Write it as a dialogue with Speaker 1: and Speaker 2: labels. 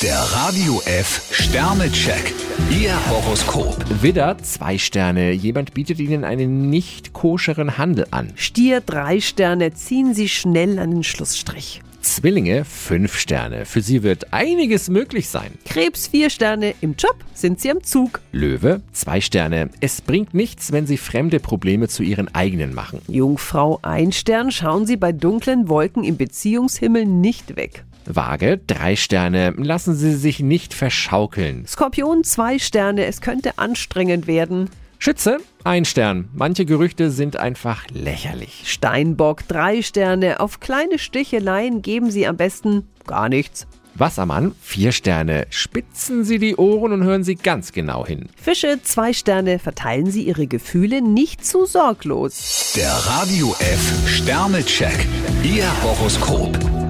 Speaker 1: Der Radio F Sternecheck. Ihr Horoskop.
Speaker 2: Widder, zwei Sterne. Jemand bietet Ihnen einen nicht koscheren Handel an.
Speaker 3: Stier, drei Sterne, ziehen Sie schnell an den Schlussstrich.
Speaker 2: Zwillinge, fünf Sterne. Für Sie wird einiges möglich sein.
Speaker 3: Krebs, vier Sterne, im Job sind Sie am Zug.
Speaker 2: Löwe, zwei Sterne. Es bringt nichts, wenn Sie fremde Probleme zu Ihren eigenen machen.
Speaker 3: Jungfrau, ein Stern, schauen Sie bei dunklen Wolken im Beziehungshimmel nicht weg.
Speaker 2: Waage, drei Sterne. Lassen Sie sich nicht verschaukeln.
Speaker 3: Skorpion, zwei Sterne, es könnte anstrengend werden.
Speaker 2: Schütze, ein Stern. Manche Gerüchte sind einfach lächerlich.
Speaker 3: Steinbock, drei Sterne, auf kleine Sticheleien geben Sie am besten gar nichts.
Speaker 2: Wassermann, vier Sterne. Spitzen Sie die Ohren und hören Sie ganz genau hin.
Speaker 3: Fische, zwei Sterne, verteilen Sie Ihre Gefühle nicht zu sorglos.
Speaker 1: Der Radio F Sternecheck. Ihr Horoskop.